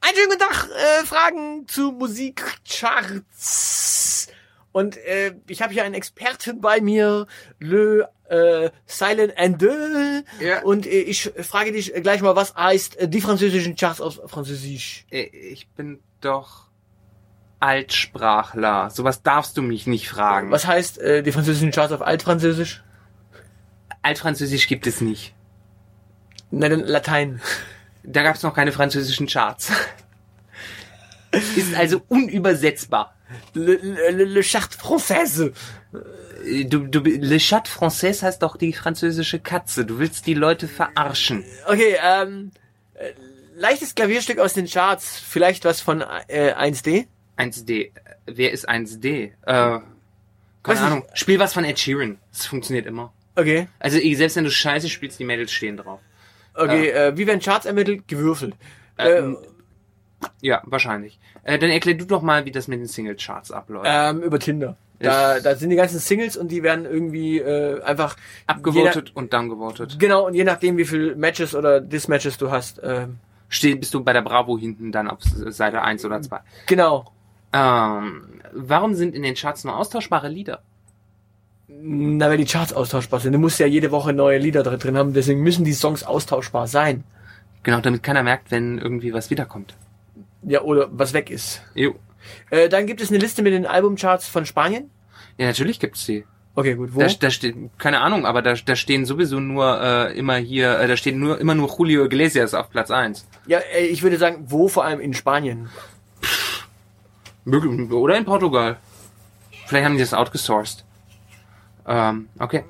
Einen schönen guten Tag, äh, Fragen zu Musikcharts. Und äh, ich habe hier einen Experten bei mir, Le äh, Silent and De. Ja. Und äh, ich frage dich gleich mal, was heißt äh, die französischen Charts auf Französisch? Äh, Ich bin doch Altsprachler. Sowas darfst du mich nicht fragen. Was heißt äh, die französischen Charts auf Altfranzösisch? Altfranzösisch gibt es nicht. Nein, dann Latein. Da gab es noch keine französischen Charts. Ist also unübersetzbar. Le, le, le Chart Française. Äh, Du, du, Le Chat Français heißt doch die französische Katze. Du willst die Leute verarschen. Okay, ähm, äh, leichtes Klavierstück aus den Charts. Vielleicht was von äh, 1D? 1D. Äh, Wer ist 1D? Äh, keine Weiß Ahnung. Spiel was von Ed Sheeran. Das funktioniert immer. Okay. Also ich- selbst wenn du Scheiße spielst, die Mädels stehen drauf. Okay, äh, wie werden Charts ermittelt? Gewürfelt. Ähm, Ja, wahrscheinlich. Äh, dann erklär du doch mal, wie das mit den Single-Charts abläuft. ähm, über Tinder. Da, da sind die ganzen Singles und die werden irgendwie äh, einfach Abgevotet und downgevotet. Je nach, genau, und je nachdem, wie viel Matches oder Dismatches du hast. Ähm, Steh, bist du bei der Bravo hinten dann auf Seite 1 oder 2. genau. Ähm, warum sind in den Charts nur austauschbare Lieder? Na, weil die Charts austauschbar sind. Du musst ja jede Woche neue Lieder dr- drin haben, deswegen müssen die Songs austauschbar sein. Genau, damit keiner merkt, wenn irgendwie was wiederkommt. Ja, oder was weg ist. Jo. Äh, dann gibt es eine Liste mit den Albumcharts von Spanien. Ja, natürlich gibt's die. Okay, gut. Wo? Da, da steht, keine Ahnung, aber da, da stehen sowieso nur äh, immer hier, äh, da steht nur immer nur Julio Iglesias auf Platz 1. Ja, äh, ich würde sagen, wo vor allem in Spanien. Möglich- Oder in Portugal. Vielleicht haben die das outgesourced. Ähm, okay.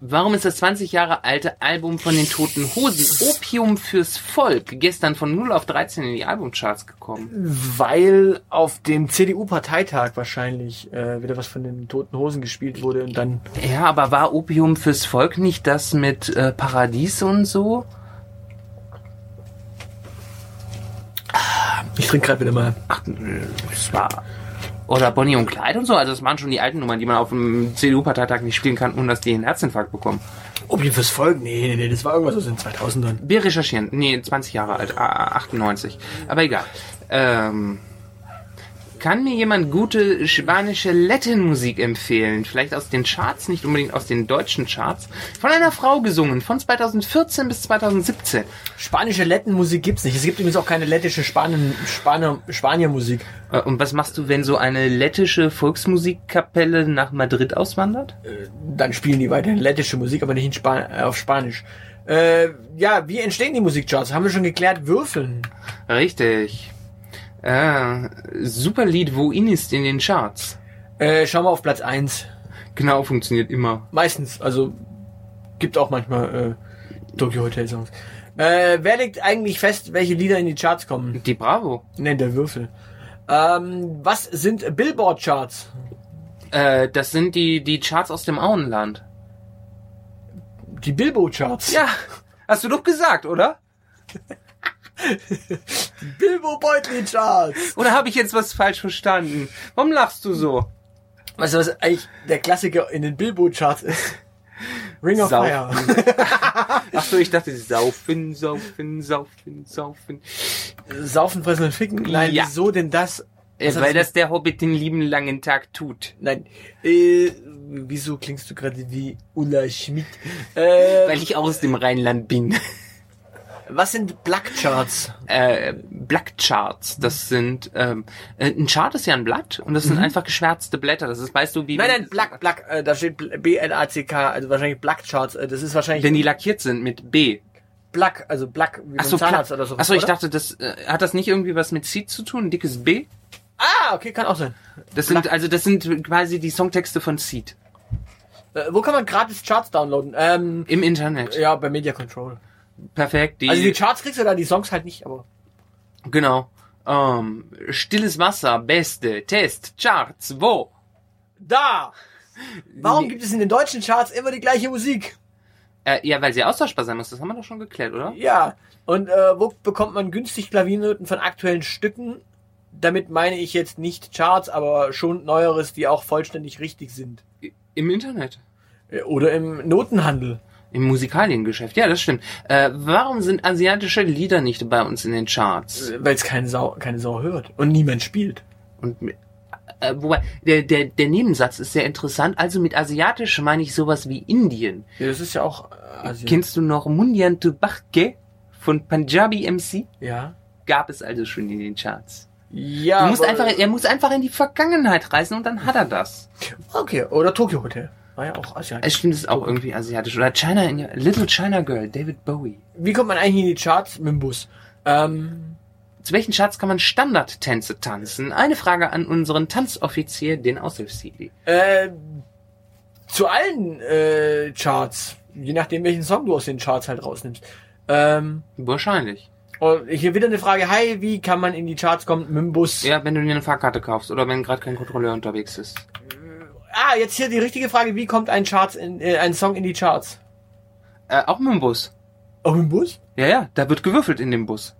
Warum ist das 20 Jahre alte Album von den Toten Hosen Opium fürs Volk gestern von 0 auf 13 in die Albumcharts gekommen? Weil auf dem CDU-Parteitag wahrscheinlich äh, wieder was von den Toten Hosen gespielt wurde und dann. Ja, aber war Opium fürs Volk nicht das mit äh, Paradies und so? Ich trinke gerade wieder mal. Ach, es war. Oder Bonnie und Clyde und so. Also, das waren schon die alten Nummern, die man auf dem CDU-Parteitag nicht spielen kann, ohne dass die einen Herzinfarkt bekommen. Opium fürs Volk? Nee, nee, nee, das war irgendwas aus den 2000ern. Wir recherchieren. Nee, 20 Jahre alt. Ah, 98. Aber egal. Ähm, kann mir jemand gute spanische Latin-Musik empfehlen? Vielleicht aus den Charts, nicht unbedingt aus den deutschen Charts. Von einer Frau gesungen, von 2014 bis 2017. Spanische Lettenmusik gibt's nicht. Es gibt übrigens auch keine lettische Spanen, Spaner, Spaniermusik. Äh, Und was machst du, wenn so eine lettische Volksmusikkapelle nach Madrid auswandert? Dann spielen die weiterhin lettische Musik, aber nicht in Span äh, auf Spanisch. Äh, ja, wie entstehen die Musikcharts? Haben wir schon geklärt, würfeln. Richtig. Äh, super Lied, wo ihn ist in den Charts. Äh, schauen wir auf Platz 1. Genau, funktioniert immer. Meistens, also gibt auch manchmal äh, Tokyo Hotel Songs. Äh, wer legt eigentlich fest, welche Lieder in die Charts kommen? Die Bravo. Nennt der Würfel. Ähm, was sind Billboard Charts? Äh, das sind die, die Charts aus dem Auenland. Die Billboard Charts. Ja, hast du doch gesagt, oder? Bilbo Beutlin Charts. Oder habe ich jetzt was falsch verstanden? Warum lachst du so? Weißt du, was eigentlich der Klassiker in den Bilbo Charts ist? Ring of Sau. Fire. Ach so, ich dachte, saufen, saufen, saufen, saufen. Saufen, fressen und ficken? Nein, Ja. wieso denn das? Äh, hat weil das- das der Hobbit den lieben langen Tag tut. Nein. Äh, wieso klingst du gerade wie Ulla Schmidt? Äh, Weil ich aus dem Rheinland bin. was sind Black Charts? Äh, Black Charts, das sind, ähm, äh, ein Chart ist ja ein Blatt und das sind einfach geschwärzte Blätter. Das ist, weißt du, wie... Nein, nein, Black, Black, äh, da steht B-L-A-C-K, also wahrscheinlich Black Charts, äh, das ist wahrscheinlich Wenn die lackiert sind mit B. Black, also Black, wie Ach so, beim Zahnarzt Pla- oder so. Ach so, ich oder? dachte, das, äh, hat das nicht irgendwie was mit C zu tun? Ein dickes B? Ah, okay, kann auch sein. Das sind, also das sind quasi die Songtexte von Seed. Äh, wo kann man gratis Charts downloaden? Ähm, Im Internet. ja, bei Media Control. Perfekt. Die, Also die Charts kriegst du da, die Songs halt nicht, aber. genau. Ähm, stilles Wasser, beste, Test, Charts, wo? Da! Warum Nee. gibt es in den deutschen Charts immer die gleiche Musik? Äh, ja, weil sie austauschbar sein muss, das haben wir doch schon geklärt, oder? Ja. Und äh, wo bekommt man günstig Klaviernoten von aktuellen Stücken? Damit meine ich jetzt nicht Charts, aber schon Neueres, die auch vollständig richtig sind. Im Internet. Äh, Oder im Notenhandel. Im Musikaliengeschäft, ja, das stimmt. Äh, warum sind asiatische Lieder nicht bei uns in den Charts? Weil es keine Sau, keine Sau hört und niemand spielt. Und äh, wobei, der, der, der Nebensatz ist sehr interessant. Also mit asiatisch meine ich sowas wie Indien. Ja, das ist ja auch äh, Asien. Kennst du noch Mundian Tubakge von Punjabi MC? Ja. Gab es also schon in den Charts. Ja. Du musst Ah, aber- einfach, er muss einfach in die Vergangenheit reisen und dann hat er das. Okay, oder Tokyo Hotel. War ja auch Asien. Es stimmt, es ist auch irgendwie asiatisch. Oder China, in, Little China Girl, David Bowie. Wie kommt man eigentlich in die Charts mit dem Bus? Ähm, Zu welchen Charts kann man Standardtänze tanzen? Eine Frage an unseren Tanzoffizier, den Aushilfs-CD. äh, zu allen äh, Charts, je nachdem welchen Song du aus den Charts halt rausnimmst. Ähm, Wahrscheinlich. und hier wieder eine Frage, hi, wie kann man in die Charts kommen mit dem Bus? Ja, wenn du dir eine Fahrkarte kaufst oder wenn gerade kein Kontrolleur unterwegs ist. Ah, jetzt hier die richtige Frage, wie kommt ein Charts in, äh, ein Song in die Charts? Äh, auch mit dem Bus. Auch im Bus? Ja, ja, da wird gewürfelt in dem Bus.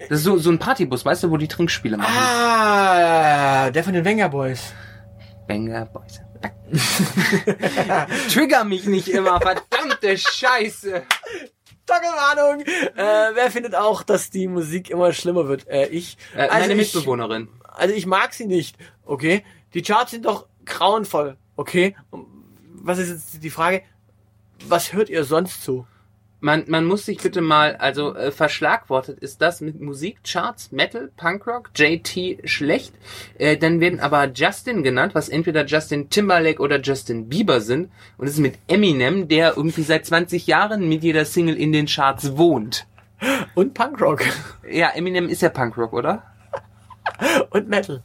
Das ist so, so ein Partybus, weißt du, wo die Trinkspiele machen. Ah, der von den Wenger Boys. Banger Boys. Trigger mich nicht immer, verdammte Scheiße. Äh, Doppelwarnung! Äh, wer findet auch, dass die Musik immer schlimmer wird? Äh, ich. Äh, meine ich, Mitbewohnerin. also ich mag sie nicht, okay? Die Charts sind doch grauenvoll, okay? Und Was ist jetzt die Frage? Was hört ihr sonst zu? Man, man muss sich bitte mal, also äh, verschlagwortet ist das mit Musik, Charts, Metal, Punkrock, JT schlecht. Äh, dann werden aber Justin genannt, was entweder Justin Timberlake oder Justin Bieber sind. Und es ist mit Eminem, der irgendwie seit 20 Jahren mit jeder Single in den Charts wohnt. Und Punkrock Ja, Eminem ist ja Punkrock, oder? und Metal.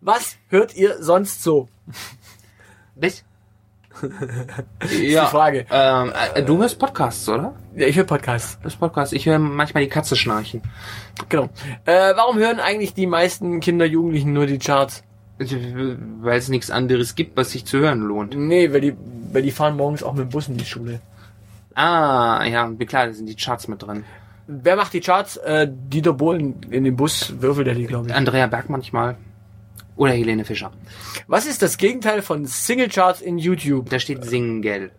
Was hört ihr sonst so? Was? die Frage. Ähm, äh, du hörst Podcasts, oder? Ja, ich höre Podcasts. Das Podcast. Ich höre manchmal die Katze schnarchen. Genau. Äh, warum hören eigentlich die meisten Kinder, Jugendlichen nur die Charts? Also, Weil es nichts anderes gibt, was sich zu hören lohnt. Nee, weil die, weil die fahren morgens auch mit dem Bus in die Schule. Ah, ja, klar, da sind die Charts mit drin. Wer macht die Charts? Äh, Dieter Bohlen in den Bus würfelt er die, glaube ich. Andrea Berg manchmal. Oder Helene Fischer. Was ist das Gegenteil von Single Charts in YouTube? Da steht Singel.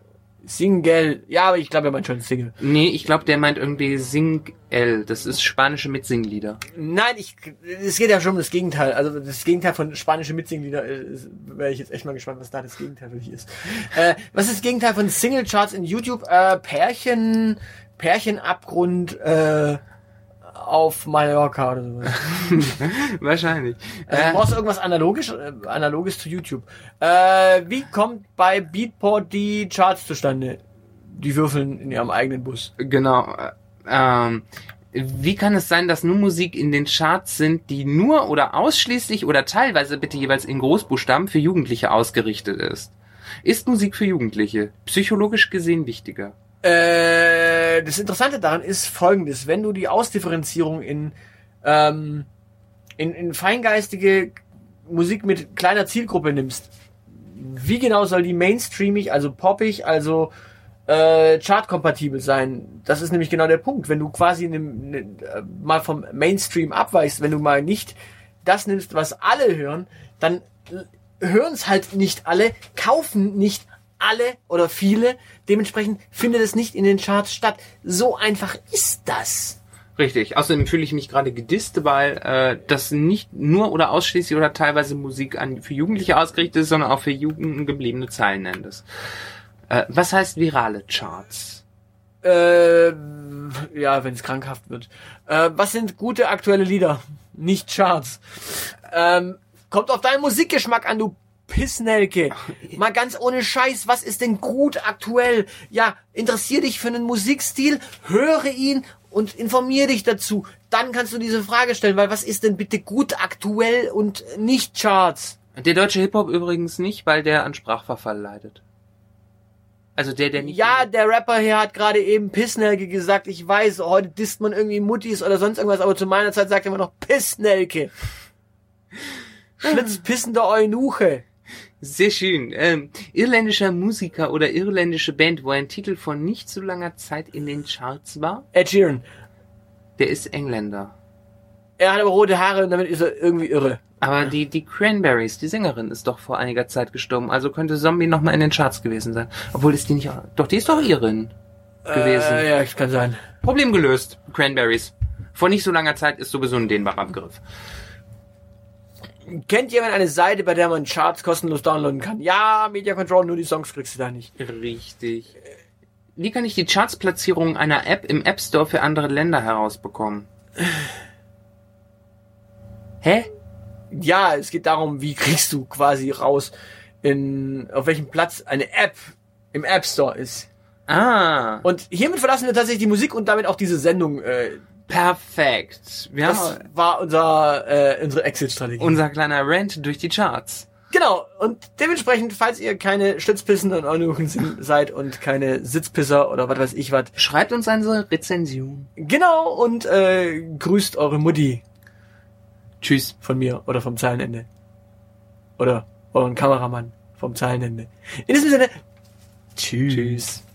Single. Ja, aber ich glaube, er meint schon Single. Nee, ich glaube, der meint irgendwie Singel. Das ist spanische Mitsinglieder. Nein, ich, es geht ja schon um das Gegenteil. Also das Gegenteil von spanische Mitsinglieder äh, ist- wäre ich jetzt echt mal gespannt, was da das Gegenteil wirklich ist. Äh, was ist das Gegenteil von Single Charts in YouTube? Äh, Pärchen, Pärchenabgrund äh, auf Mallorca oder sowas. Wahrscheinlich. Also Äh, du brauchst irgendwas analogisch, äh, analoges zu YouTube. Äh, wie kommt bei Beatport die Charts zustande? Die würfeln in ihrem eigenen Bus. Genau. äh, Ähm, wie kann es sein, dass nur Musik in den Charts sind, die nur oder ausschließlich oder teilweise bitte jeweils in Großbuchstaben für Jugendliche ausgerichtet ist? Ist Musik für Jugendliche psychologisch gesehen wichtiger? Äh, das Interessante daran ist folgendes. Wenn du die Ausdifferenzierung in, ähm, in, in feingeistige Musik mit kleiner Zielgruppe nimmst, wie genau soll die mainstreamig, also poppig, also äh, chartkompatibel sein? Das ist nämlich genau der Punkt. Wenn du quasi ne, ne, äh, mal vom Mainstream abweichst, wenn du mal nicht das nimmst, was alle hören, dann hören es halt nicht alle, kaufen nicht alle oder viele. Dementsprechend findet es nicht in den Charts statt. So einfach ist das. Richtig. Außerdem fühle ich mich gerade gedisst, weil äh, das nicht nur oder ausschließlich oder teilweise Musik an, für Jugendliche ausgerichtet ist, sondern auch für Jugend gebliebene Zeilen nennt es. Äh, was heißt virale Charts? Äh, ja, wenn es krankhaft wird. Äh, was sind gute aktuelle Lieder? Nicht Charts. Ähm, kommt auf deinen Musikgeschmack an, du Pissnelke. Mal ganz ohne Scheiß, was ist denn gut aktuell? Ja, interessier dich für einen Musikstil, höre ihn und informier dich dazu. Dann kannst du diese Frage stellen, weil was ist denn bitte gut aktuell und nicht Charts? Der deutsche Hip-Hop übrigens nicht, weil der an Sprachverfall leidet. Also der, der nicht. Ja, der Rapper hier hat gerade eben Pissnelke gesagt. Ich weiß, heute disst man irgendwie Muttis oder sonst irgendwas, aber zu meiner Zeit sagte man noch Pissnelke. Schlitzpissender Eunuche. Sehr schön. Ähm, irländischer Musiker oder irländische Band, wo ein Titel vor nicht so langer Zeit in den Charts war, Ed Sheeran. der ist Engländer. Er hat aber rote Haare und damit ist er irgendwie irre. Aber die, die Cranberries, die Sängerin, ist doch vor einiger Zeit gestorben. Also könnte Zombie nochmal in den Charts gewesen sein. Obwohl ist die nicht. auch- Doch, die ist doch Irin gewesen. Äh, ja, kann sein. Problem gelöst. Cranberries. Vor nicht so langer Zeit ist sowieso ein dehnbarer Begriff. Kennt jemand eine Seite, bei der man Charts kostenlos downloaden kann? Ja, Media Control, nur die Songs kriegst du da nicht. Richtig. Wie kann ich die Chartsplatzierung einer App im App Store für andere Länder herausbekommen? Hä? Ja, es geht darum, wie kriegst du quasi raus, in, auf welchem Platz eine App im App Store ist. Ah, Und hiermit verlassen wir tatsächlich die Musik und damit auch diese Sendung. Äh, perfekt. Wir das haben war unser, äh, unsere Exit-Strategie. unser kleiner Rant durch die Charts. Genau, und dementsprechend, falls ihr keine Schlitzpissen und Eunuchen sind- seid und keine Sitzpisser oder was weiß ich was, Schreibt uns eine Rezension. genau, und äh, grüßt eure Mutti Tschüss. von mir oder vom Zeilenende. Oder euren Kameramann vom Zeilenende. In diesem Sinne, tschüss.